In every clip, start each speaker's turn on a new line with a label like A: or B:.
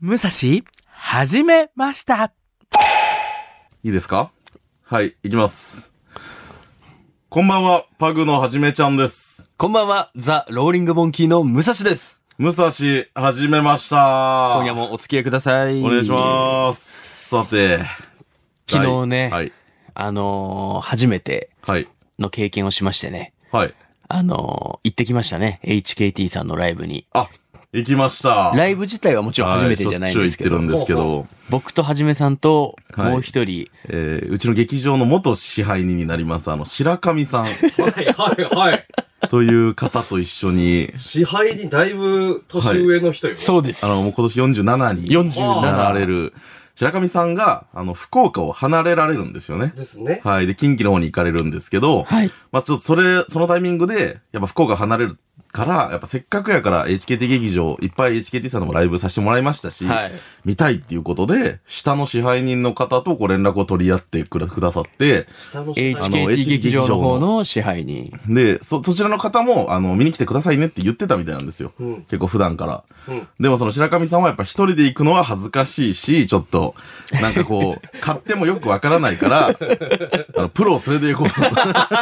A: 武蔵、始めました。
B: いいですかはい、いきます。こんばんは、パグのはじめちゃんです。
C: こんばんは、ザ・ローリング・モンキーの武蔵です。
B: 武蔵、はじめました。
C: 今夜もお付き合いください。
B: お願いします。さて。
C: 昨日ね
B: はい。
C: あのー、初めて
B: はい。
C: の経験をしましてね。
B: はい。
C: あのー、行ってきましたね。HKT さんのライブに。
B: あ、行きました。
C: ライブ自体はもちろん初めてじゃないんですけど。
B: はいしょっちゅう行ってるんです
C: 僕とはじめさんと、
B: はい
C: もう一人、
B: けど、えー、うちの劇場の元支配人になります、あの、白 神さん
D: はいはいはい。
B: という方と一緒に、
D: 支配にだいぶ年上の人よ。
C: そうです。
B: あの、もう今年47に
C: 47
B: なられる、白神さんが、あの、福岡を離れられるんですよね。
D: ですね。
B: はい。で、近畿の方に行かれるんですけど、
C: はい。
B: まあ、ちょっとそれ、そのタイミングで、やっぱ福岡離れるから、やっぱせっかくやから HKT 劇場、いっぱい HKT さんのもライブさせてもらいましたし、
C: はい。
B: 見たいっていうことで、下の支配人の方とこう連絡を取り合ってくだくださって、
D: 下の支配
B: あ
C: HKT
B: の HKT
C: 劇場の方の支配人。
B: で、そ、そちらの方も、あの、見に来てくださいねって言ってたみたいなんですよ。
D: うん。
B: 結構普段から。
D: うん。
B: でもその白神さんはやっぱ一人で行くのは恥ずかしいし、ちょっと、なんかこう、 買ってもよくわからないから、あの、プロを連れて行こうと。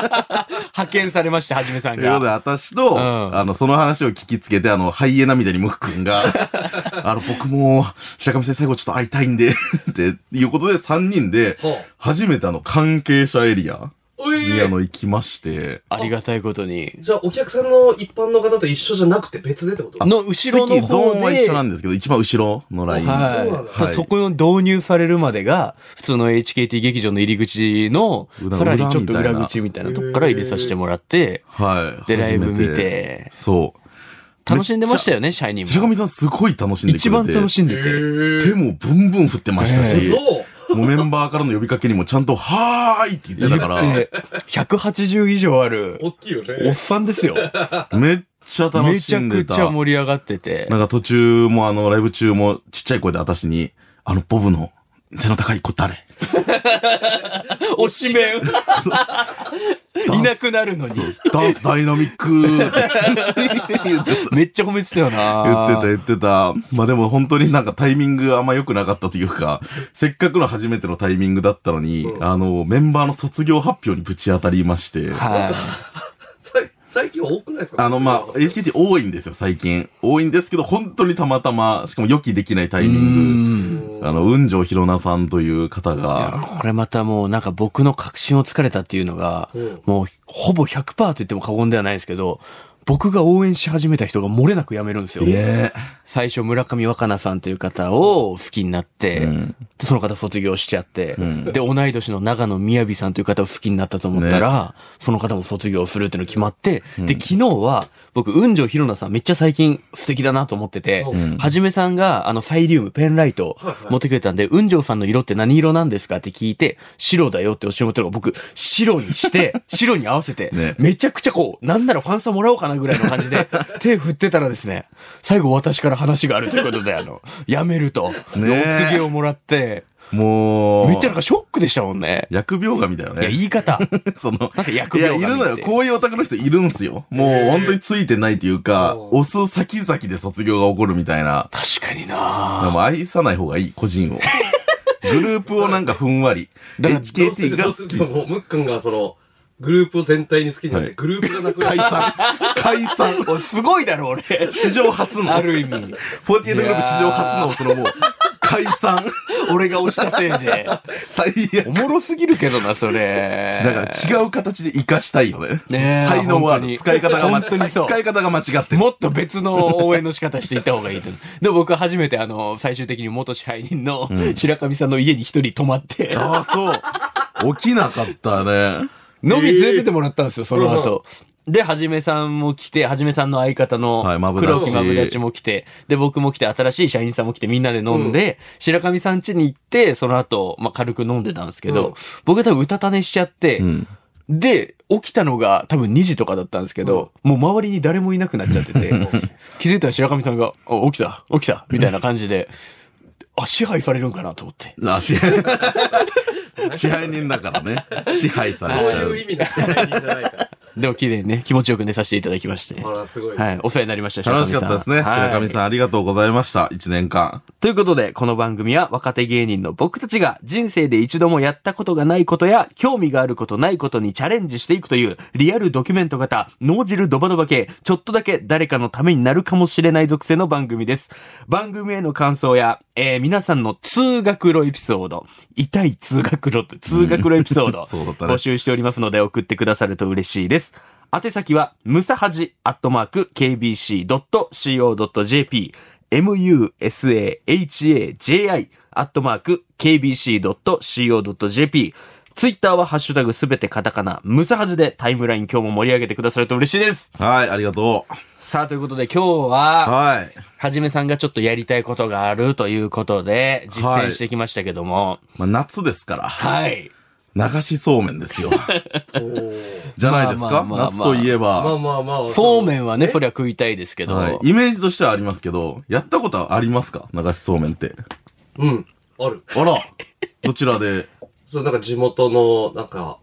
C: 派遣されました、はじめさん
B: ということで、
C: が。
B: 私と、
C: ん
B: あの、その話を聞きつけて、あの、ハイエナみたいにムック 君が、あの、僕も、白神さん最後ちょっと会いたいんで、 っていうことで、3人で、
D: は
B: 初めてあの、関係者エリア
D: あ、
B: に
D: え
B: あ
D: え
B: の、行きまして、
C: ありがたいことに。
D: じゃあお客さんの一般の方と一緒じゃなくて別でってこと
C: の後ろの
B: 席ゾ
C: 方
B: ー
C: で。
B: ンは一緒なんですけど、一番後ろのライン。
C: は
D: そうなんだ
C: い、ただそこの導入されるまでが普通の HKT 劇場の入り口の
B: 裏
C: さらにちょっと
B: 裏みたい
C: 裏
B: な
C: 口みたいなとこから入れさせてもらって
B: はい。
C: でライブ
B: 初め
C: 見。て
B: そう。
C: 楽しんでましたよねシャイニー
B: 白
C: も
B: 神さんすごい楽しんでくれて。
C: 一番楽しん
D: え
C: でて
B: 手
D: え
B: もブンブン振ってましたし、
D: そう。
B: もうメンバーからの呼びかけにもちゃんと、はーいって言ってたから、
C: で180以上ある
D: 大きいよね。
C: おっさんですよ
B: めっちゃ楽
C: めち
B: し
C: ゃ
B: ん
C: く
B: で
C: ちゃ
B: た。
C: 盛り上がってて
B: なんか途中もあの、ライブ中もちっちゃい声で私に、あの、ボブの背の高い子誰
C: おしめんいなくなるのに
B: ダンスダイナミック言って
C: めっちゃ褒めてたよ
B: た、
C: な
B: 言ってた、言ってた。まあでも本当になんかタイミングあんま良くなかったというか、せっかくの初めてのタイミングだったのに、
D: うん
B: あの、メンバーの卒業発表にぶち当たりまして、
C: はい、
D: さ最近は多くないですか
B: あの、まあ、HKT 多いんですよ、最近。多いんですけど、本当にたまたま、しかも予期できないタイミング。
C: うん
B: あの、雲上ひろなさんという方
C: い
B: が、
C: やこれまたもうなんか僕の確信をつかれたっていうのが、
D: うん
C: もうほぼ100%と言っても過言ではないですけど、僕が応援し始めた人が漏れなく辞めるんですよ。
B: え
C: 最初村上若菜さんという方を好きになって、
B: えうん
C: でその方卒業しちゃって、
B: ん
C: で、同い年の長野みやびさんという方を好きになったと思ったら、その方も卒業するっていうの決まって、で、昨日は僕、雲上ひろなさんめっちゃ最近素敵だなと思ってて、
D: うん
C: はじめさんがあのサイリウム、ペンライトを持ってくれたんで、雲上さんの色って何色なんですかって聞いて、白だよって教えてもらったのが僕、白にして、 白に合わせて、
B: ね
C: めちゃくちゃこう、なんならファンさんもらおうかなぐらいの感じ で、手振ってたらですね、最後私から話があるということで、あの、やめると、
B: ねえ
C: お告げをもらって、
B: もう、
C: めっちゃなんかショックでしたもんね。
B: 疫病神だよ
C: いや、
B: ね。
C: 言い方。
B: その、
C: なんか
B: い
C: 疫
B: や、
C: 病
B: いるのよ。
C: こ
B: こういうオタクの人いるんすよ。もう本当についてないというか、
D: うん
B: 押す先々で卒業が起こるみたいな。
C: 確かに
B: で
C: な
B: も愛さない方がいい、個 人を。グループをなんかふんわり。
C: だから
B: HKT が好き。
D: でも、ムックンがその、グループを全体に好きになって、
B: はい
D: グループがなくなっ
B: 解
D: て、
B: 散。解散。
C: 俺すごいだ ろ、俺。
B: 史上初の。
C: ある意味。
B: 48グループ史上初の、そのもう、解散。
C: 俺が押したせいで。
B: 最悪。
C: おもろすぎるけどな、それ。
B: だから違う形で活かしたいよね。
C: ねえ
B: 才能はあ
C: 本当
B: る。
C: に
B: 使い方が間
C: 本
B: 違
C: 当にそう
B: 使い方が間違ってる。
C: もっと別の応援の仕方していった方がいいと思う。で、僕は初めてあの、最終的に元支配人の白神さんの家に一人泊まって、
B: ああ、そう。起きなかったね。
C: 飲み連れてってもらったんですよ、その後。で、はじめさんも来て、はじめさんの相方の
B: はいマブダチ
C: 黒木まぶだちも来て、で、僕も来て、新しい社員さんも来て、みんなで飲んで、白神さん家に行って、その後、まあ、軽く飲んでたんですけど、
D: うん
C: 僕は多分うたた寝しちゃって、
B: うん。
C: で、起きたのが多分2時とかだったんですけど、もう周りに誰もいなくなっちゃって て、気づいたら白神さんが、あ、起きた、起き た、みたいな感じで、あ、支配されるんかなと思って。
B: 足。支配人だからね。支配さ
D: そう
B: れちゃ
D: いうう。意味の人じゃないから。
C: でも綺麗にね、気持ちよく寝させていただきまして。
D: あら、すごい。
C: はい、お世話になりました、白
B: 楽
C: 神
B: し
C: さ
B: か
C: ん。
B: ったですね。
C: はい
B: 白神さん、ありがとうございました。一年間。
C: ということで、この番組は若手芸人の僕たちが人生で一度もやったことがないことや興味があることないことにチャレンジしていくというリアルドキュメント型脳汁ドバドバ系ちょっとだけ誰かのためになるかもしれない属性の番組です。番組への感想や、えー皆さんの通学路エピソード、痛い通学路って通学路エピソード、
B: そうだったね
C: 募。集しておりますので送ってくださると嬉しいです。宛先は、ムサハジアットマーク KBC.CO.JP musahaji アットマーク kbc.co.jp ツイッターはハッシュタグすべてカタカナ、ムサハジでタイムライン今日も盛り上げてくださると嬉しいです。
B: はい、ありがと
C: さあ、ということで今日
B: う。
C: は、
B: はい。
C: はじめさんがちょっとやりたいことがあるということで、実践してきましたけども、
B: まあ、夏ですから、
C: はい。
B: 流しそうめんですよ。
D: おー
B: じゃないですか、
C: まあまあまあまあ
B: 夏といえば。
D: まあまあまあ。
C: そうめんはね、そりゃ食いたいですけど、
B: はい、イメージとしてはありますけど、やったことはありますか流しそうめんって。
D: うん。ある。
B: あら、どちらで。
D: そう、なんか地元の、なんか、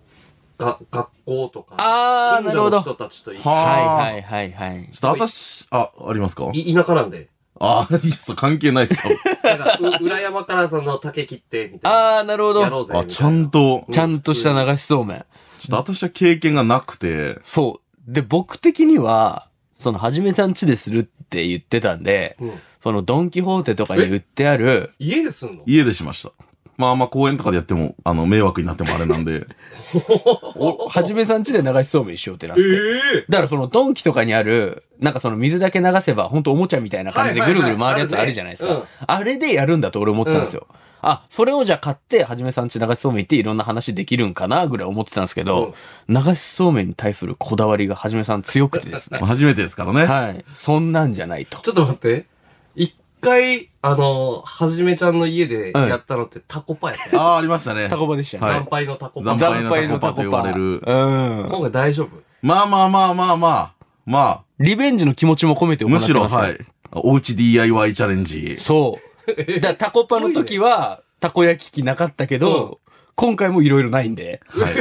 D: が、学校とか。
C: あー
D: 近所
C: なる
D: の
C: ほど
D: 人たちとい
B: は
C: はいはいはいはい。
B: ちょっと私、あ、ありますか
D: い田舎なんで。
B: あ、 いや、そう関係ないですか
D: なんか、う 裏山からその竹切って、みたいな。
C: あー、なるほ
D: やろ
C: ど。
B: あ、
D: うぜ。
B: ちゃん
D: と。
B: と、
C: ちゃんとした流しそうめん。
B: ちょっと私は経験がなくて、
C: そう。で、僕的には、その、はじめさん家でするって言ってたんで、
D: うん
C: その、ドンキホーテとかに売ってある、
D: 家ですんの
B: 家でしました。まあまあ公園とかでやっても、あの、迷惑になってもあれなんで。
C: おはじめさん家で流しそうめんしようってなって。
D: え
C: だからそのドンキとかにある、なんかその水だけ流せば、ほんとおもちゃみたいな感じで
D: はい
C: ぐ
D: は
C: る
D: い
C: ぐ
D: はい
C: る回るやつあるじゃないですか。あれでやるんだと俺思ってたんですよ。あ、それをじゃあ買って、はじめさんち流しそうめん行っていろんな話できるんかなぐらい思ってたんですけど、流しそうめんに対するこだわりがはじめさん強くてですね
B: ま。あ初めてですからね。
C: はい。そんなんじゃ ないと。
D: ちょっと待って。一回、あの、はじめちゃんの家で
C: うん
D: やったのってタコパやった
B: あ
D: よ。
B: あ、ありましたね
C: タ。コパでしたね。
B: はい
D: 惨敗のタコパ
B: 惨。
C: 惨敗
B: 敗
C: の
B: の
C: タ
B: タ
C: コパ
B: コ
C: と
B: パ
C: 呼ばれる。うん。
D: 今回大丈夫
B: まあまあまあまあまあ、ま
C: リベンジの気持ちも込めて
B: あ、
C: 行って
B: む
C: ます
B: し
C: から
B: ろ、はい。おうち DIY チャレンジ。
C: そう。だタコパの時は、たこ焼き器なかったけど、今回もいろいろないんで、
B: はい。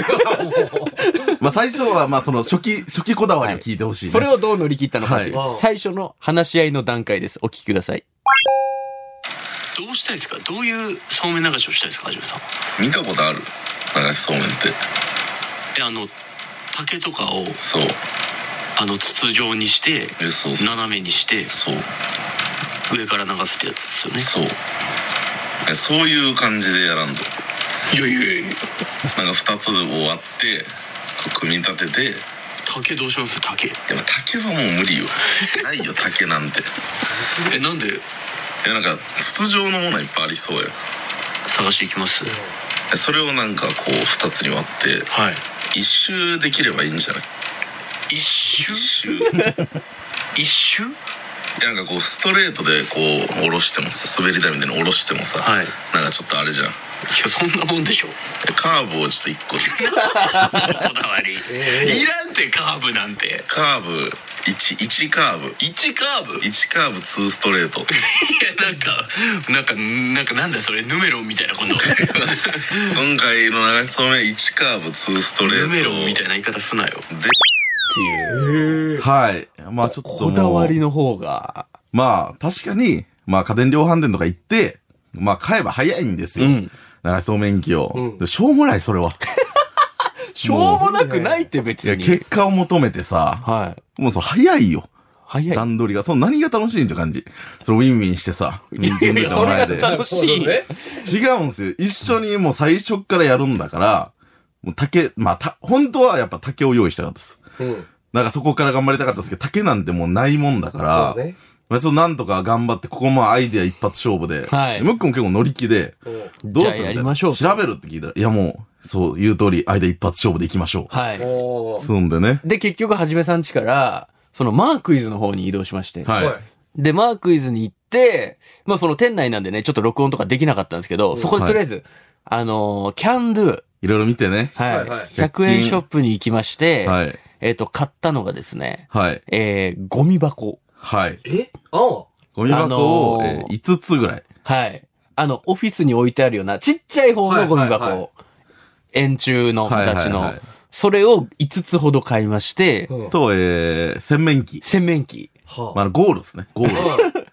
B: まあ最初は、まあその初期、初期こだわりを聞いてほしい、ね
C: それをどう乗り切ったのかという、
D: はい
C: 最初の話し合いの段階です。お聞きください。
E: どうしたいですかどういうそうめん流しをしたいですかはじめさん
F: 見たことある流しそうめんって
E: えあの竹とかを
F: そう
E: あの筒状にして
F: えそうそう
E: 斜めにして
F: そう
E: 上から流すってやつですよね
F: そうえそういう感じでやらんと
E: いやいやいや
F: なんか2つを割ってこう組み立てて
E: 竹どうします竹
F: やっぱ竹はもう無理よないよ竹なんてい
E: えなんで
F: やなんか筒状のものはいっぱいありそうや
E: 探していきます
F: えそれをなんかこう2つに割って
E: はい
F: 一周できればいいんじゃない
E: 一周
F: 一 周いや
E: 一周
F: なんかこうストレートでこう下ろしてもさ滑り台みたいに下ろしてもさ、
E: はい
F: なんかちょっとあれじゃん
E: いやそんなもんでしょ
F: えカーブをちょっと1個ずつ
E: そのこだわり、いらんてカーブなんて
F: カーブ1、1カーブ。
E: 1カーブい
F: 1カーブ2ストレート。
E: やなんかなんかなんかなんだそれヌメロンみたいなこと
F: 今回の流しそうめん1カーブ2ストレート。
E: ヌメロンみたいな言い方すなよ
F: で、
C: っていう。
B: はい。まあちょっともう
C: こだわりの方が。
B: まあ確かに、まあ家電量販店とか行って、まあ買えば早いんですよ。
C: うん
B: 流しそうめん機を、
D: うん
B: でしょうもない、それは。
C: しょうもなくないって
B: い
C: 別
B: や、
C: に。
B: 結果を求めてさ、
C: はい。
B: もうそれ早いよ。
C: 早い。
B: 段取りが。その何が楽しいんって感じ。それウィンウィンしてさ、人間とかの前で。
C: 楽しい。
B: 違うんですよ。一緒にもう最初っからやるんだから、もう竹、まあた、本当はやっぱ竹を用意したかったです。
D: うん。
B: なんかそこから頑張りたかったですけど、竹なんてもうないもんだから、
D: そうね。
B: まあちょっとなんとか頑張って、ここもアイデア一発勝負で、
C: はい
B: でムックも結構乗り気で、
D: うん
B: どう
C: じゃあ
B: する
C: や
B: みたいな
C: りましょう
B: 調べるって聞いたら、いやもう、そう、言う通り、アイデア一発勝負でいきましょ
C: はい。
B: う。
D: おー
B: そうなんでね。
C: で、結局、はじめさん家から、そのマークイズの方に移動しまして。
B: はい。
D: はい
C: で、マークイズに行って、まあその店内なんでね、ちょっと録音とかできなかったんですけど、そこでとりあえず、あのー、キャンドゥ、
B: いろいろ見てね。
C: はい、
D: はいはい
C: 100円ショップに行きまして、
B: はい。
C: えっ、と、買ったのがですね、
B: はい。
C: えー、ゴミ箱。
B: はい。
D: えあ
B: ゴミ箱を、
C: あのー
B: えー5つぐらい。
C: はい。あの、オフィスに置いてあるような、ちっちゃい方のゴミ箱。
D: はいはいは
C: 円柱の形の、
B: はいはいはい
C: それを5つほど買いまして、
D: うん
B: と、えー、洗面器。
C: 洗面器
D: は
B: まあ、あのゴールですね。ゴール。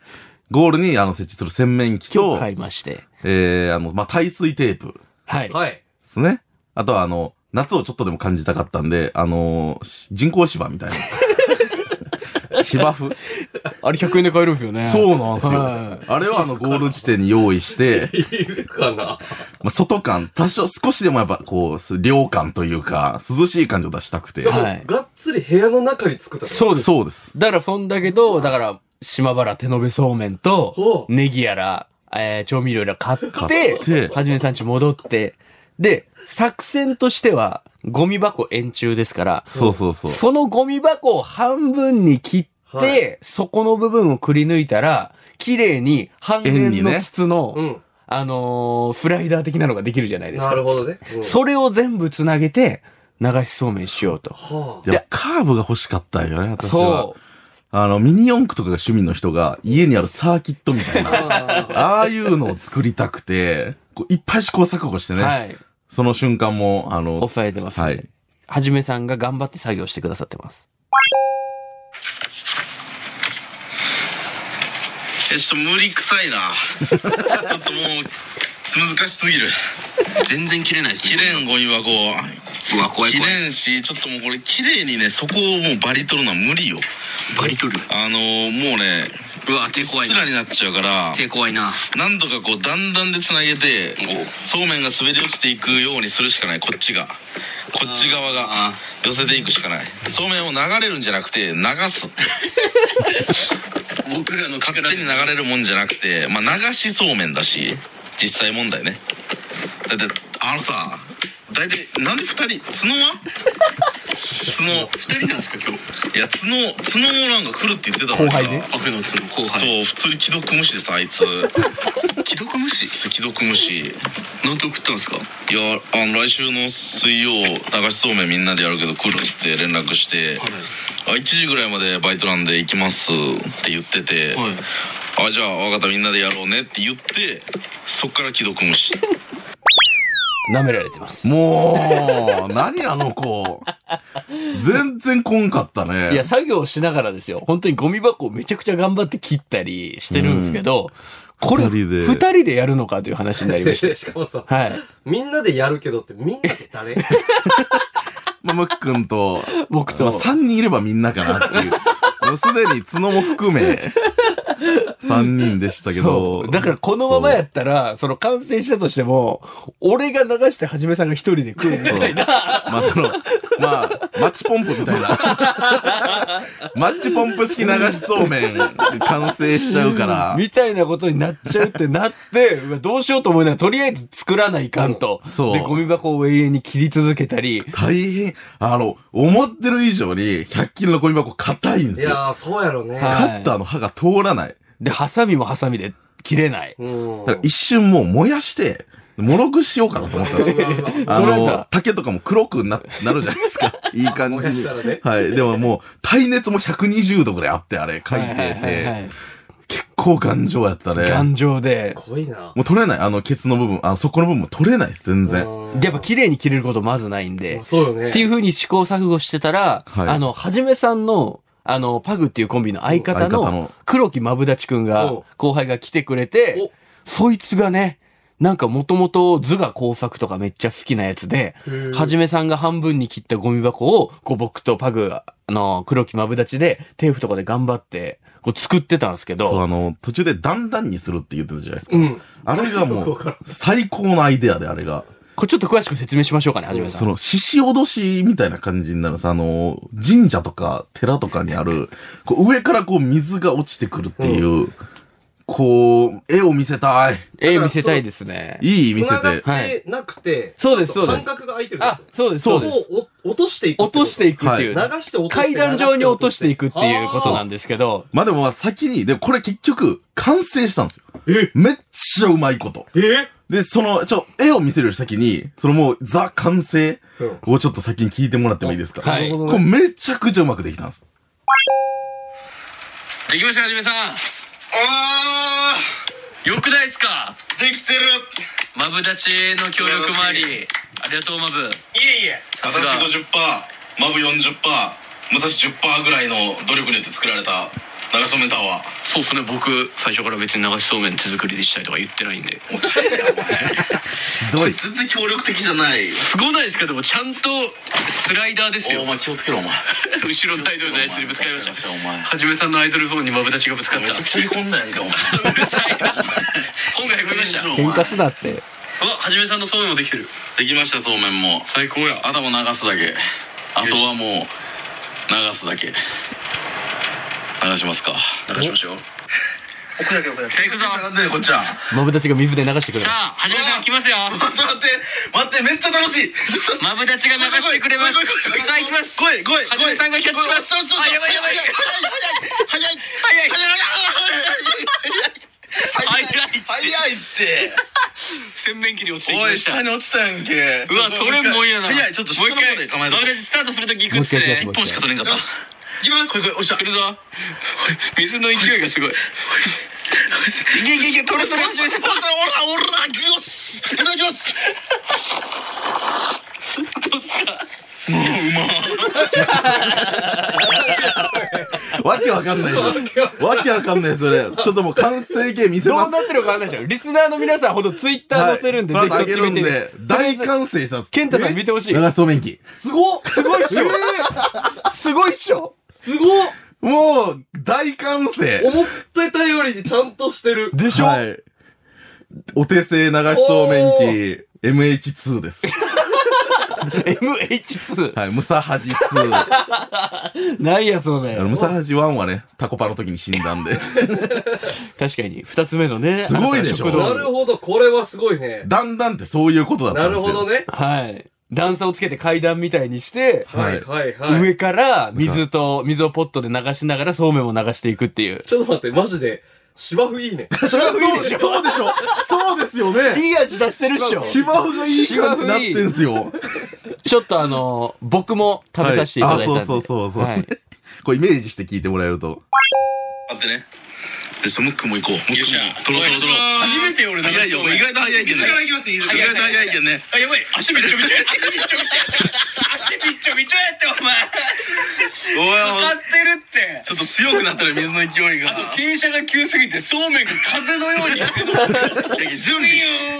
B: ゴールにあの設置する洗面器
C: を
B: と、
C: 買いまして、
B: えー、あの、まあ、耐水テープで
C: はい。
D: うんはい。
B: すね。あとはあの、夏をちょっとでも感じたかったんで、あのーし人工芝みたい な。芝生
C: あれ100円で買えるんですよね。
B: そうなんですよ。
C: は
B: あれはあの、ゴール地点に用意して、
D: いるかな
B: まあ、外感、多少少しでもやっぱこう、涼感というか、涼しい感じを出したくて。
C: はい
D: がっつり部屋の中に作ったの
C: そうです。
B: そうです。
C: だからそんだけど、だから、島原手延べそうめんと
D: ほ、う
C: ネギやら、えー調味料やら買っ
B: 買って
C: て、はじめさん家戻って、で、作戦としては、ゴミ箱円柱ですから、
B: そうそうそう。
C: そのゴミ箱を半分に切って、
D: は
C: そこの部分をくり抜いたら、綺麗に半
B: 円
C: 円
B: に
C: の
B: ね
C: 筒の、
D: うん。
C: あのースライダー的なのができるじゃないです
D: なる
C: か。
D: ほどね。うん
C: それを全部つなげて、流しそうめんしようと。
D: は
B: でもカーブが欲しかったよね、私は
C: そ。
B: あの、ミニ四駆とかが趣味の人が、家にあるサーキットみたいな、
D: あ。
B: ああいうのを作りたくて、こういっぱい試行錯誤して
C: う。
B: ね、
C: はい。
B: その瞬間も、あの、
C: 抑えてますね。
B: は
C: はいじめさんが頑張って作業してくださってます。
F: えちょっと無理くさ いなちょっともう難しすぎる
E: 全然切れないです
F: 綺
E: ね。
F: 麗んゴミ箱
E: うわ、怖い
F: 綺
E: 怖い。
F: 麗んしちょっともうこれ綺麗にねそこをもうバリ取るのは無理よ
E: バリ取る。
F: あのーもうね
E: うわ、
F: うっ
E: 手怖い
F: す
E: な
F: ら。になっちゃうから
E: 手怖いな。
F: 何度かこう段々でつなげて
E: お
F: そうめんが滑り落ちていくようにするしかないこっちがこっち側が
E: あ
F: 寄せていくしかないそうめんを流れるんじゃなくて流す
E: 僕らの
F: 勝手に流れるもんじゃなくて、まあ、流しそうめんだし実際問題ねだってあのさ大体なんで2人角は角
E: 二人なんですか、今日。
F: いや角角もなんか来るって言ってたのにさ
C: 後輩ね
E: アフェノツの後輩。
F: そう普通に既読無視ですあいつ
E: 既読無視
F: そう既読無視
E: なんて送ったんですか
F: いやあの来週の水曜流しそうめんみんなでやるけど来るって連絡して、あ1時ぐらいまでバイトなんで行きますって言ってて、
E: はい
F: あじゃあ分かったみんなでやろうねって言ってそっから既読無視
C: 舐められてます。
B: もう、何あの子。全然こんかったね。
C: いや、作業しながらですよ。本当にゴミ箱をめちゃくちゃ頑張って切ったりしてるんですけど、これ、
B: 二人で
C: 二人でやるのかという話になりま
D: で
C: した。
D: しか もさ、
C: はい。
D: みんなでやるけどってみんなで 誰
B: まあ、ムックンと、
C: 僕
B: まあ、
C: と、
B: 3人いればみんなかなっていう。もうすでに角も含め、3人でしたけ
C: そ
B: ど。
C: う。だからこのままやったら、その完成したとしても、俺が流してはじめさんが一人で来るみたいな。
B: まあその、まあ、マッチポンプみたいな。マッチポンプ式流しそうめん完成しちゃうから。
C: みたいなことになっちゃうってなって、うわどうしようと思いながら、とりあえず作らないかんと。
B: そう
C: で、ゴミ箱を永遠に切り続けたり、
B: 大変、あの、思ってる以上に100均のゴミ箱硬いん
D: い
B: ですよ。
D: やー、そうやろね。
C: は
B: カッターの刃が通らない。
C: で、ハサミもハサミで切れない。
D: う
B: だ
D: ん
B: から一瞬もう燃やして、もろくしようかなと思ったんです よ。
D: うわうわうわ
B: あ
C: それ
B: の
C: だ、
B: 竹とかも黒くな、なるじゃないですか。いい感
D: 燃
B: じ
D: やし
B: に
D: た。らね。
B: はい。でももう、耐熱も120度ぐらいあって、あれ、書いて
C: はいはいはい
B: て、
C: はい
B: 結構頑丈やったね。
C: 頑丈で、
D: 濃いな。
B: もう取れない。あの、ケツの部分、あの、そこの部分も取れないです、全然。
D: うん
C: やっぱ綺麗に切れることまずないんで。
D: そうよね。
C: っていう風に試行錯誤してたら、
B: はい
C: あの、はじめさんの、あの、パグっていうコンビの相方
B: 相方
C: の
B: の
C: 黒木まぶだちくん
D: お
C: が
D: う、
C: 後輩が来てくれて
D: お、
C: そいつがね、なんかもともと図画工作とかめっちゃ好きなやつで、
D: へー
C: はじめさんが半分に切ったゴミ箱を、こう僕とパグ、あの、黒木まぶだちで、テープとかで頑張って、こう作ってたんですけ
B: そう、
C: ど、
B: あの、途中で段々にするって言ってたじゃないですか。
D: うん。
B: あれがも
D: よくわ
B: う
D: からん、
B: 最高のアイデアで、あれが。
C: これちょっと詳しく説明しましょうかね、はじめさ
B: そ
C: ん。
B: の、獅子脅しみたいな感じになるさ、あの、神社とか寺とかにある、こう上からこう水が落ちてくるっていう、こう、絵を見せたい。
C: ええ、見せたいですね。
B: いい見せ。
D: 繋がっててなくて、
C: そうです、そうで
D: 感
C: す。
D: 覚が空いてるってこ
C: あ
D: と。、
C: そうです、そうです。
D: こうお落としていくってこ
C: 落
D: と。
C: としていくっていう、
D: 流して落として
C: 階段上に落としていくっていうことなん
D: で
C: ですけど、
B: まあでもまあ先に、でもこれ結局、完成したんですよ。
D: え
B: めっちゃうまいこと。
D: え
B: で、その、ちょ、絵を見せるより先に、そのもう、ザ完成
D: うん
B: をちょっと先に聞いてもらってもいいですか
C: あはいなる
B: これめちゃくちゃうまくできたんです。
E: できました、はじめさん。
F: あ
E: よくないですか
F: ーできてる
E: マブダチの協力もあり、ありがとうマブ
F: えいえ
E: さ
F: 朝
E: すが
F: 日50%マブ40%武蔵10%ぐらいの努力によって作られた長染タワー
E: そうですね僕最初から別に流しそうめん手作りでしたりとか言ってないんで
F: もう帰れよお前
B: ひどい。
F: 全然協力的じゃない
E: すごないですかでもちゃんとスライダーですよ
F: お前気をつけろお前
E: 後ろのアイドルのやつにぶつかりました
F: お前
E: はじめさんのアイドルゾーンにマブダチがぶつかっ
F: め
E: た
F: ちゃくちゃへこんだやんかお前
E: うるさいな本がへこみましたうわ
F: お前
C: すなって。
E: はじめさんのそうめんもできてる
F: できましたそうめんも
E: 最高や
F: 頭流すだけあとはもう流すだけ流しますか
E: 流しましょう
D: 置くだけ置くだけ
E: さあ行くぞ
F: なんでこっちゃん
C: マブたちが水で流してくれる
E: さ。あはじめさん来ますよ
F: ちょっと待って待ってめっちゃ楽しいちょっと
E: マブダチが流してくれますさあ行きます
F: ごいごい
E: はじめさんがキャッチします
F: そうそ
E: あ
F: うそう
E: やばいやばい
F: 早い
E: 早
F: 早い
E: い
F: 早
E: 早い
F: い早い早いって
E: 洗面器に落ちていきま
F: おい
E: した
F: 下に落ちたやんけ
E: うわ取れんもんやな
F: 早いちょっと
E: もう
F: 下
E: 一回
F: の方で構え
E: マ
F: とこ
E: ブダチ
F: う
E: スタートするとき行くっつっ
C: もう一回
E: てね
C: 行きま
F: 一本
C: す
F: しか取れんかった
E: いきます。来るぞ。水の勢いがすごい。
F: いけいけいけ取れ取れ取れ取れ取れ取れよしいただきます
B: わけわかんないぞ。わけわかんない、それ。ちょっともう完成形見せ
C: ど
B: ま
C: う
B: す。
C: なってるかわかんないでしょ。リスナーの皆さんほどツイッター載せるんで、
B: はい
C: ぜひそっ
B: プラ
C: ち
B: スあげる
C: 見
B: ん
C: てみ
B: で
C: て。
B: 大完成したんです。
C: ケンタさん見てほしい。
B: 長そうめん機。
C: すごすごいっしょ。すごいっしょ。
D: すごっ
B: もう、大完成。
D: 思ってたよりちゃんとしてる
C: でしょ
B: はい。お手製流しそうめん機、MH2 です。
C: ?MH2。
B: はい、ムサハジ2。
C: ないや、そうめ
B: あの
C: ん。
B: ムサハジ1はね、タコパの時に死んだんで。
C: 確かに。二つ目のね。
B: すごいでしょ
C: あなたの
D: な
C: 食
D: る
C: 堂
D: ほどこれはすごいね
B: だんだんってそういうことだった
D: なん
B: で
D: る
B: すよ。
D: ほどね
C: はい。段差をつけて階段みたいにして、
B: は
D: はいいはいはい
C: 上から水と、水をポットで流しながらそうめんも流していくって いう。
D: ちょっと待ってマジで芝生いいね
B: そうでしょそうでしょそうですよね
C: いい味出してるっしょ
B: 芝生がいい感じになってんすよ。
C: ちょっとあのー、僕も食べさせていただいたんで。
B: はいあそうそうそうそう
C: はい
B: こうイメージして聞いてもらえると。
F: 待ってねでそのムックも行こうムックも
E: よっしゃ
F: 取ろう取ろう取ろう
E: 初めて俺流し
F: 早いよ
E: そうめん
F: 意外と早いけどね
E: きますね。意
F: 意外と早いけどね
E: あ、やばい。足びっちょびちょ。足びっちょびちょ。足びっちょびちょやって、お前。
F: おいおい
E: ってるって。
F: ちょっと強くなったら水の勢いが
E: 傾斜が急すぎて、そうめんが風のように。も
F: いやいや準備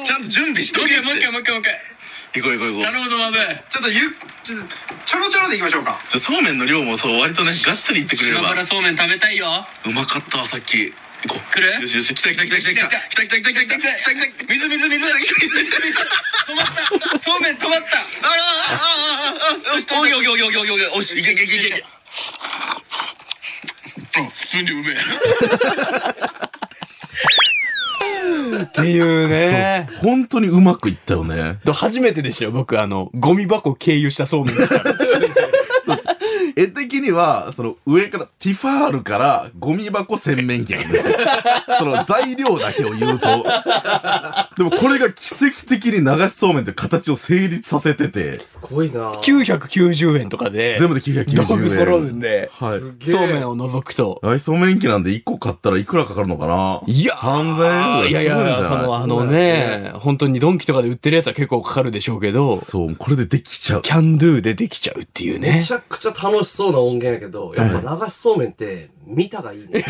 F: ちゃんと準備しと
E: う
F: け
E: 一
F: っ
E: 回、もう一
F: て
E: 回、もう一回、もう一回。
F: 行こう行こう行こう
E: 頼むぞ、マブ。
D: ちょっとゆちょっとちょろちょろでいきましょうか
F: じゃあそうめんの量もそう割とねがっつりいってくれれ
E: 島
F: ば
E: 原そうめん食べたいよ。
F: うまかったわさっき行こう
E: 来る
F: よしよし来た来た来た来た来た来た来た来た来た来た来た来た水水水水水水水
E: 止まった。そうめん止まった。
F: あああああああよしオッケーオッケーオッケーオッケーオッケーよしいけいけいけいけいけ
E: あ、普通にうめえ。
C: っていう ね。
B: 本当にうまくいったよね。
C: と初めてでしたよ、僕、あの、ゴミ箱経由したそうめん来た。
B: 絵的には、その上から、ティファールからゴミ箱洗面器なんですよ。 その材料だけを言うと。でもこれが奇跡的に流しそうめんって形を成立させてて、
D: すごいな
C: 990円とかで、
B: 全部で990円。
C: 道具揃うんで、
B: はい。
D: すげえ
C: そうめんを除くと。
B: 内装免許なんで1個買ったらいくらかかるのかない
C: や
B: 3000円
C: いやい
B: すごん
C: や、
B: じゃ
C: そ
B: ない
C: の、あのね、本当にドンキとかで売ってるやつは結構かかるでしょうけど、
B: そう、これでできちゃう。
C: キャンドゥでできちゃうっていう
D: め
C: ね。
D: ちゃくちゃ楽しそうな音源やけど、やっぱ流しそうめんって見たがいいね。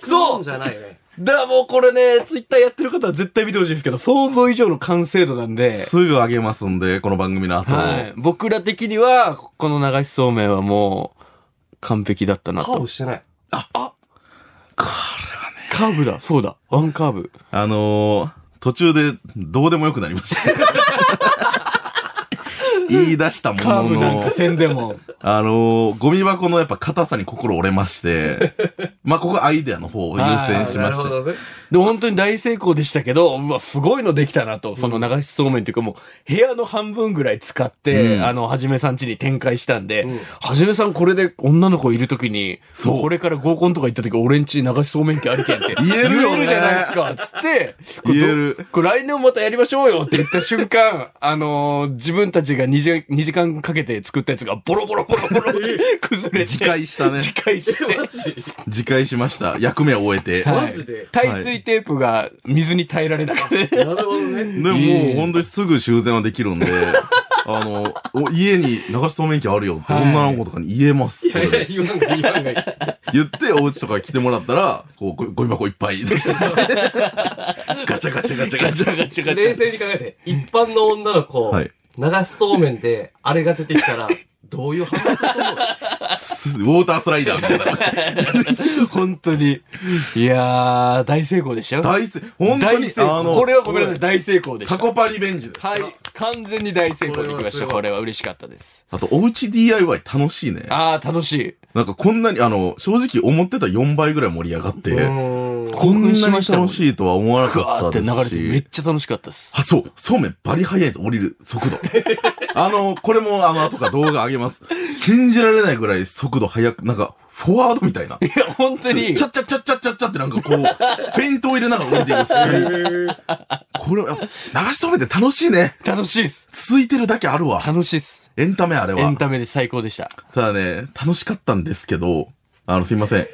D: そうじゃないね。
C: だからもうこれね、ツイッターやってる方は絶対見てほしいんですけど、想像以上の完成度なんで、
B: すぐあげますんで、この番組の後。
C: はい。僕ら的には、この流しそうめんはもう、完璧だったな
D: カー
C: と
D: ブ。してない。
C: カーブだ、そうだ、ワンカーブ。
B: あのー、途中でどうでもよくなりました。 言い出したも
C: カー
B: の
C: ブなん
B: の
C: か、せんでも。
B: あのー、ゴミ箱のやっぱ硬さに心折れまして、まあ、ここはアイデアの方を優先し
D: な
B: ま
D: る
B: し
D: ほ
B: て。
D: どね。
C: で、本当に大成功でしたけど、うわ、すごいのできたなと、その流しそうめんっていうかもう、部屋の半分ぐらい使って、
B: うん
C: あの、はじめさん家に展開したんで、
D: うん
C: はじめさんこれで女の子いるときに、
B: そう
C: もこれから合コンとか行ったとき、俺ん家流しそうめん機ありけんって。
B: 言えるよね
C: 言じゃないですか、つって、
B: 言える
C: これどこれ来年もまたやりましょうよって言った瞬間、あのー自分たちが2時 ,2 時間かけて作ったやつがボロボロボロボロって崩れて
B: 自戒したね
C: 自戒して
D: マジ
B: 自戒しました役目を終えて
C: はい
D: マジで
C: 耐水テープが水に耐えられなかった
D: なるほどね。
B: でも
C: いい
B: もう本当にすぐ修繕はできるんであのお家に流しそうめん機あるよって
C: はい
B: 女の子とかに言えます、
D: いやいや、言わんがいい言わんがいい。
B: 言ってお家とか来てもらったらこうごゴミ箱いっぱい ですガチャガチャガチャガチャガチャガチ
D: 冷静に考えて、一般の女の子、
B: はい
D: 流しそうめんで、あれが出てきたら、どういう反応すると思う
B: ャウォータースライダーみたいな
C: 本当にいやー大成功でしたよ
B: 大成本当
C: 大
B: に
C: 成功これはごめんなさい大成功でした
B: タコパリベンジです
C: はい完全に大成功できました
D: これはすごい
C: これは嬉しかったです
B: あとおうち DIY 楽しいね
C: ああ楽しい
B: なんかこんなにあの正直思ってた4倍ぐらい盛り上がって
D: うーん
B: こん
C: 興
B: な
C: 奮
B: に
C: しましたもん
B: 楽しいとは思わな
C: ふ
B: か
C: わー
B: っ
C: ったて
B: です
C: 流
B: し
C: れてめっちゃ楽しかったです
B: あ、そう、そうめんバリ速いです、降りる 速度。あの、これも、あの、後から動画上げます。信じられないぐらい速度速く、なんか、フォワードみたいな。
C: いや本当に
B: ちゃっちゃっちゃっちゃっちゃっちゃってなんかこう、フェイントを入れながら降りていくし。これ、やっぱ流し止めて楽しいね。
C: 楽しいっす
B: 続いてるだけあるわ。
C: 楽しいっす
B: エンタメあれ
C: エ
B: は
C: ン。タメで最高でした
B: ただね、楽しかったんですけど、あの、すいません。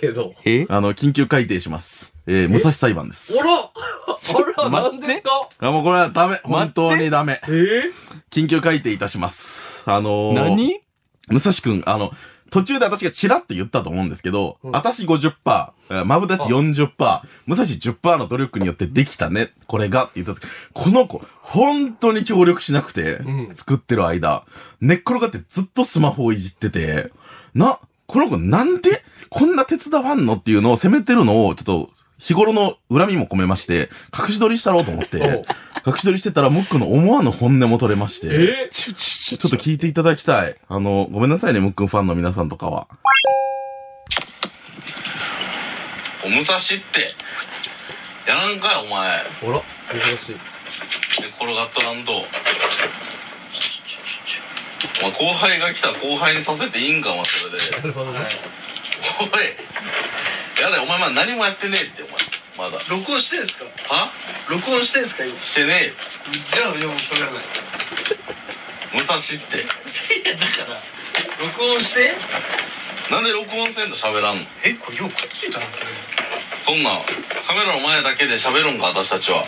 D: けど。
C: え
B: あの、緊急改定します。えー、武蔵裁判です。
D: おらあら、
C: 待
D: な
C: って
D: んですか
B: あ、もうこれはダメ。本当にダメ。
D: えー、
B: 緊急改定いたします。あのー、
C: 何
B: 武蔵くん、あの、途中で私がチラッと言ったと思うんですけど、
D: うん
B: 私50%パー、マブダチ40%パー、武蔵10%パーの努力によってできたね、これがって言った時、この子、本当に協力しなくて、
D: うん
B: 作ってる間、寝っ転がってずっとスマホをいじってて、な、この子なんでこんな手伝わんのっていうのを責めてるのを、ちょっと、日頃の恨みも込めまして、隠し撮りしたろうと思っ
D: お
B: て
D: う、
B: 隠し撮りしてたら、ムックの思わぬ本音も取れまして、
D: え
C: ちょちょ
B: ちょっと聞いていただきたい。あの、ごめんなさいね、ムックンファンの皆さんとかは。
F: お武蔵ってやらんかいお前
D: ー、おら珍しい。
F: 寝転がっとらんとお前後輩が来たら後輩にさせていいんかお前それで
D: なるほどね。
F: おいやだよお前まだ何もやってねえってお前まだ
G: 録音してんすか
F: は
G: 録音してんすか今じ
F: してねえよ
G: ゃあいやもう撮れないです
F: 武蔵って
G: いやだから録音して
F: なんで録音せんと喋らんの
G: えこれようくっついたなこれ
F: そんなんカメラの前だけで喋るんか私たちは
G: はい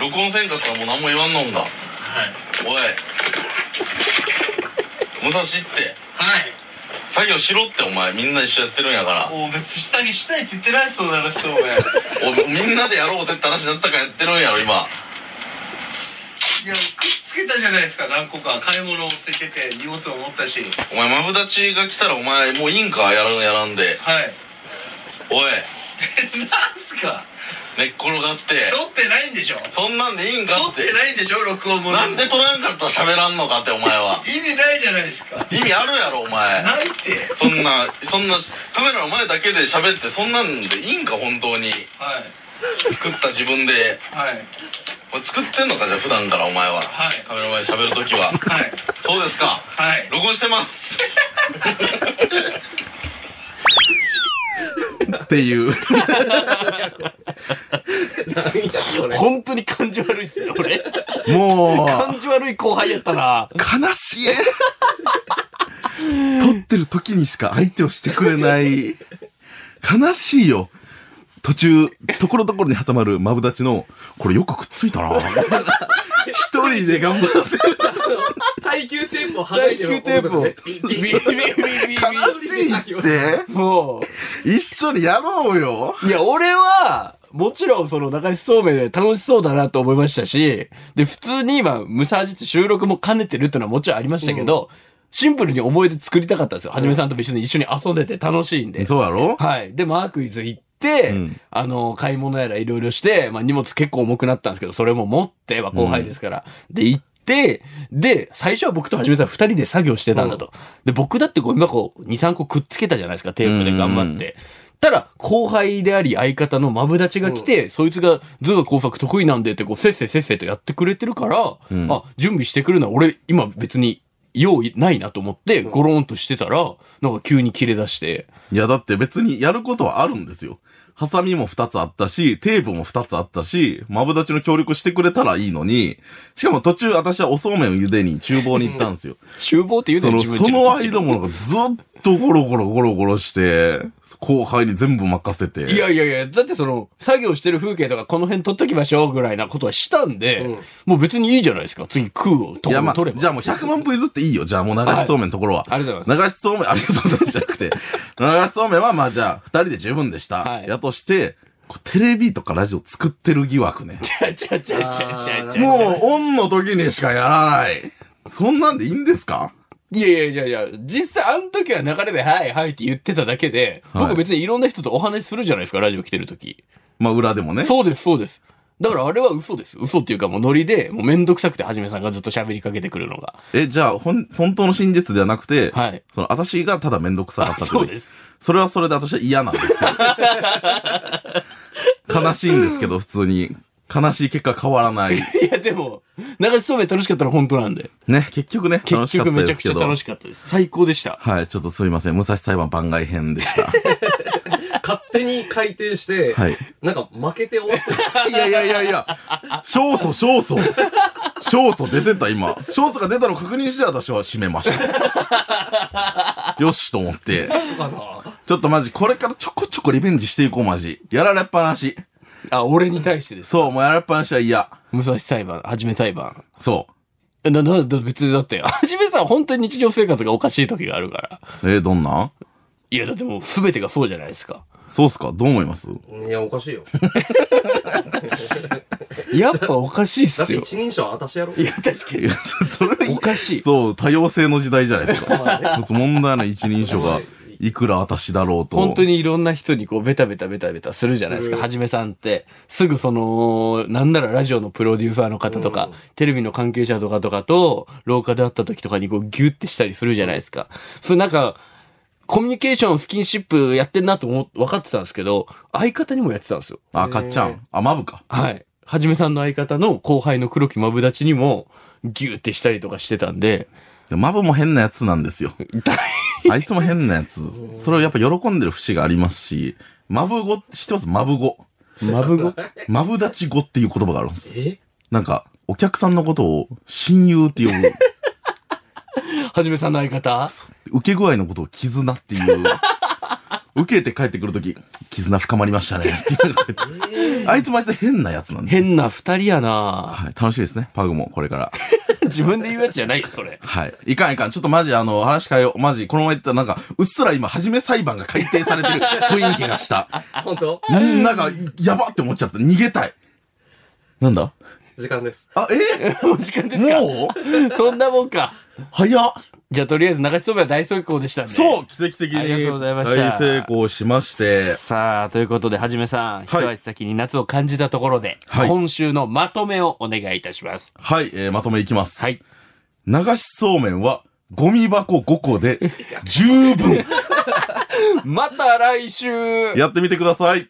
F: 録音せんかったらもう何も言わんのんだ
G: はい
F: おい武蔵って
G: はい
F: 作業しろってお前みんな一緒やってるんやから
G: お別に下にしたいって言ってないそうだらそうめいや
F: おみんなでやろうってって話になったからやってるんやろ今
G: くっつけたじゃないですか何個か買い物をついてて荷物も持ったし
F: お前マブダチが来たらお前もういいんかやるんやらんで
G: はい
F: おい
G: なんすか
F: 寝っ転がって
G: 撮ってないんでしょ
F: そんなんでいいんか
G: 撮
F: っ
G: っててないんでしょ録音も
F: なんで撮らんかったら喋らんのかってお前は
G: 意味ないじゃないですか
F: 意味あるやろお前
G: ないって
F: そんなそんなカメラの前だけで喋ってそんなんでいいんか本当に
G: はい
F: 作った自分で
G: はい
F: お前作ってんのかじゃあ普段からお前は
G: はい
F: カメラ前で喋るときは
G: はい
F: そうですか
G: はい
F: 録音してます
B: っていう。
C: 本当に感じ悪いっすよ俺
B: もう、
C: 感じ悪い後輩やったな
B: 悲しい。撮ってる時にしか相手をしてくれない。悲しいよ。途中、ところどころに挟まるマブダチの、これよくくっついたな。一人で頑張ってる。
D: 耐久テープを剥がれてる
C: 耐久テープを
D: 男
C: ビビビビビビ
B: 悲しいって。
C: も
B: 一緒にやろうよ。
C: ういや俺はもちろんその流しそうめんで楽しそうだなと思いましたしで普通に今ムサージって収録も兼ねてるってのはもちろんありましたけど、シンプルに思い出作りたかったんですよはじめさんと別に一緒に遊んでて楽しいんで
B: そうやろ
C: はい。で、マークイズ行って、
B: うん
C: あの、買い物やらいろいろして、まあ荷物結構重くなったんですけど、それも持っては後輩ですから。で、行って、で、最初は僕とはじめさん二人で作業してたんだと。で、僕だってゴミ箱2、3個くっつけたじゃないですか、テープで頑張って。たら、後輩であり相方のマブダチが来て、そいつが図画工作得意なんでって、こう、せっせせっせとやってくれてるから、
B: うん
C: あ、準備してくるのは俺、今別に用意ないなと思って、ゴロンとしてたら、なんか急に切れ出して、
B: いや、だって別にやることはあるんですよ。ハサミも2つあったし、テープも2つあったし、マブダチの協力してくれたらいいのに、しかも途中私はおそうめんを茹でに厨房に行ったんですよ。
C: 厨房って言う
B: そ
C: の
B: の、
C: 自分
B: そ
C: ち
B: の
C: 土地
B: 間もなんかずっとゴロゴロゴロゴロして、後輩に全部任せて。
C: いやいやいや、だってその、作業してる風景とかこの辺撮っときましょうぐらいなことはしたんで、
D: うん
C: もう別にいいじゃないですか。次食うをと
B: いやまあ
C: 撮れば。
B: じゃあもう100万歩譲っていいよ。じゃあもう流しそうめんのところは。
C: ありがとうございます。
B: 流しそうめん、ありがとうございますじゃな くて、流しそうめんはまあじゃあ、二人で十分でした。
C: はい
B: やとして、こうテレビとかラジオ作ってる疑惑ね。
C: ちゃちゃちゃちゃちゃちゃ。
B: もう、オンの時にしかやらない。そんなんでいいんですか
C: いやいやいやいや、実際あの時は流れで、はいはいって言ってただけで、
B: はい
C: 僕別にいろんな人とお話しするじゃないですか、ラジオ来てる時。
B: まあ裏でもね。
C: そうです、そうです。だからあれは嘘です。嘘っていうかもうノリで、もうめんどくさくてはじめさんがずっと喋りかけてくるのが。
B: え、じゃあ、ほん、本当の真実ではなくて、
C: はい。
B: その、私がただめんどくさか
C: あ
B: った
C: そう
B: とい
C: で
B: う
C: す。
B: それはそれで私は嫌なんですけど。悲しいんですけど、普通に。悲しい結果変わらない。
C: いやでも、流しそうめん楽しかったら本当なんで。
B: ね、結局ね、楽
C: 結
B: しか
C: 局
B: った
C: めち
B: で
C: ゃ
B: す
C: く
B: け
C: ちゃ
B: ど。
C: 楽しかったです。最高でした。
B: はい、ちょっとすいません。武蔵裁判番外編でした。
D: 勝手に改定して、
B: はい。
D: なんか負けて終わった。
B: いやいやいやいや、勝訴勝訴。勝訴出てた今。勝訴が出たの確認して私は閉めました。よしと思って。ちょっとマジ、これからちょこちょこリベンジしていこうマジ。やられっぱなし。
C: あ、俺に対してです。
B: そう、もうやられっぱなしは嫌。
C: 武蔵裁判、はじめ裁判。
B: そ
C: えな、な、だ別にだって、 はじめさん本当に日常生活がおかしい時があるから。
B: う。えーどんない
C: や、だってもう全てがそうじゃないですか。
B: そうっすかどう思います
D: いや、おかしいよ。
C: やっぱおかしいっ
D: だ
C: す
D: って
C: よ。
D: 一人称は私やろ。
C: いや、確か
B: いや、そそれ
C: に。おかしい。
B: そう、多様性の時代じゃないですか。
D: まあね
B: 問題の一人称が、いくら私だろうと。
C: 本当にいろんな人にこうベタベタベタベタするじゃないですか。
D: する
C: はじめさんって、すぐその、なんならラジオのプロデューサーの方とか、
D: うん
C: テレビの関係者とかとかと、廊下で会った時とかにこうギュってしたりするじゃないですか。それなんか、コミュニケーション、スキンシップやってんなと思っ、分かってたんですけど、相方にもやってたんですよ。
B: あ、かっちゃん。あ、マブか。
C: はい。はじめさんの相方の後輩の黒木まぶだちにも、ギュってしたりとかしてたんで、
B: でマブも変なやつなんですよ。あいつも変なやつ。それをやっぱ喜んでる節がありますし、マブ語って知ってますマブ語。
C: まぶご、
B: マブダチ語っていう言葉があるんです。
D: え
B: なんか、お客さんのことを親友って呼ぶ。
C: はじめさんの相方
B: 受け具合のことを絆っ ていう。受けて帰ってくるとき、絆深まりまし たね。っていうのが入ってあいつもあいつで変なやつなんですよ。
C: 変な二人やな
B: はい、楽しいですね。パグもこれから。
C: 自分で言うやつじゃないよ、それ。
B: はい。いかんいかん。ちょっとマジ、あの、話変えよう。マジ、このまま言ったらなんか、うっすら今、はじめ裁判が改定されて る雰囲気がした。
D: 本当
B: うん、なんか、やばって思っちゃった。逃げたい。なんだ
D: 時間です。
B: あ、え
C: もう時間ですか
B: も う
C: そんなもんか。
B: 早っ
C: じゃあ、とりあえず流しそばは大成功でしたんで。
B: そう奇跡的に
C: ありがとうございました
B: 大成功しまして。
C: さあ、ということで、はじめさん、一足先に夏を感じたところで、
B: はい
C: 今週のまとめをお願いいたします。
B: はい、えーまとめいきます。
C: はい。
B: 流しそうめんは、ゴミ箱5個で、十分
C: また来週
B: やってみてください。